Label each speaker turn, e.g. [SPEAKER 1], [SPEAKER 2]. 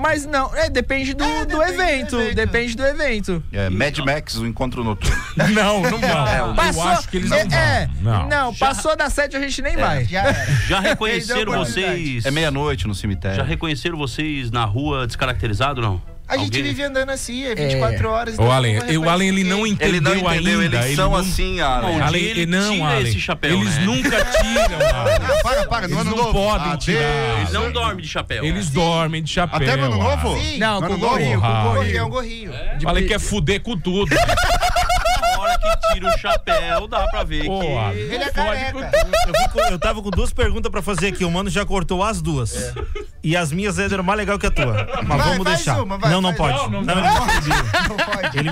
[SPEAKER 1] Mas não, é, depende do,
[SPEAKER 2] É,
[SPEAKER 1] do
[SPEAKER 2] depende do
[SPEAKER 1] evento,
[SPEAKER 2] evento.
[SPEAKER 1] Depende do evento.
[SPEAKER 3] É, Mad Max, o encontro noturno.
[SPEAKER 4] Não, não vão.
[SPEAKER 1] Passou.
[SPEAKER 4] É, Eu acho que eles não
[SPEAKER 1] é,
[SPEAKER 4] vão.
[SPEAKER 1] é,
[SPEAKER 4] não.
[SPEAKER 1] não, passou das sete a gente nem vai.
[SPEAKER 2] Já era.
[SPEAKER 5] Já
[SPEAKER 1] Perdeu
[SPEAKER 5] reconheceram
[SPEAKER 1] a oportunidade.
[SPEAKER 5] vocês.
[SPEAKER 3] É meia-noite no
[SPEAKER 5] Já
[SPEAKER 3] cemitério.
[SPEAKER 5] reconheceram vocês na rua descaracterizado, não?
[SPEAKER 2] A gente
[SPEAKER 5] Alguém?
[SPEAKER 2] vive andando assim, é 24 horas.
[SPEAKER 4] O
[SPEAKER 2] então
[SPEAKER 4] Allen,
[SPEAKER 2] não
[SPEAKER 4] e o Allen ele não entendeu,
[SPEAKER 3] Ele não entendeu,
[SPEAKER 4] ainda.
[SPEAKER 3] eles
[SPEAKER 4] ele
[SPEAKER 3] são
[SPEAKER 4] não-
[SPEAKER 3] assim,
[SPEAKER 5] Bom,
[SPEAKER 3] Alan.
[SPEAKER 5] dia
[SPEAKER 4] Allen,
[SPEAKER 5] ele
[SPEAKER 4] ele- não,
[SPEAKER 5] tira
[SPEAKER 4] Allen.
[SPEAKER 5] esse chapéu,
[SPEAKER 4] Eles
[SPEAKER 5] né?
[SPEAKER 4] nunca tiram, Allen.
[SPEAKER 6] Ah, para, para. No
[SPEAKER 4] Eles
[SPEAKER 6] ano
[SPEAKER 4] não
[SPEAKER 6] novo.
[SPEAKER 4] podem
[SPEAKER 6] Adeus.
[SPEAKER 4] tirar.
[SPEAKER 5] Eles não dormem de chapéu.
[SPEAKER 4] Eles dormem de chapéu.
[SPEAKER 6] Até no ano
[SPEAKER 4] Allen.
[SPEAKER 6] novo?
[SPEAKER 2] Sim.
[SPEAKER 1] Não,
[SPEAKER 6] No
[SPEAKER 1] com
[SPEAKER 6] ano novo?
[SPEAKER 1] gorrinho, com
[SPEAKER 2] Um
[SPEAKER 1] gorrinho.
[SPEAKER 2] gorrinho, é um gorrinho.
[SPEAKER 4] Allen quer fuder com tudo.
[SPEAKER 5] Na hora que tira o chapéu, dá pra ver
[SPEAKER 4] Pô,
[SPEAKER 5] que.
[SPEAKER 4] Allen,
[SPEAKER 2] Ele é
[SPEAKER 4] não fode com
[SPEAKER 2] careca.
[SPEAKER 7] Eu, vim com- eu tava com duas perguntas pra fazer aqui. O mano já cortou as duas. E as minhas eram mais legal que a tua. Mas
[SPEAKER 2] Vai,
[SPEAKER 7] vamos
[SPEAKER 2] faz
[SPEAKER 7] deixar.
[SPEAKER 2] uma, vai,
[SPEAKER 7] não, não
[SPEAKER 2] faz
[SPEAKER 7] pode.
[SPEAKER 4] uma.
[SPEAKER 7] Não, não
[SPEAKER 4] Não,
[SPEAKER 7] pode.
[SPEAKER 2] Não pode.
[SPEAKER 7] Ele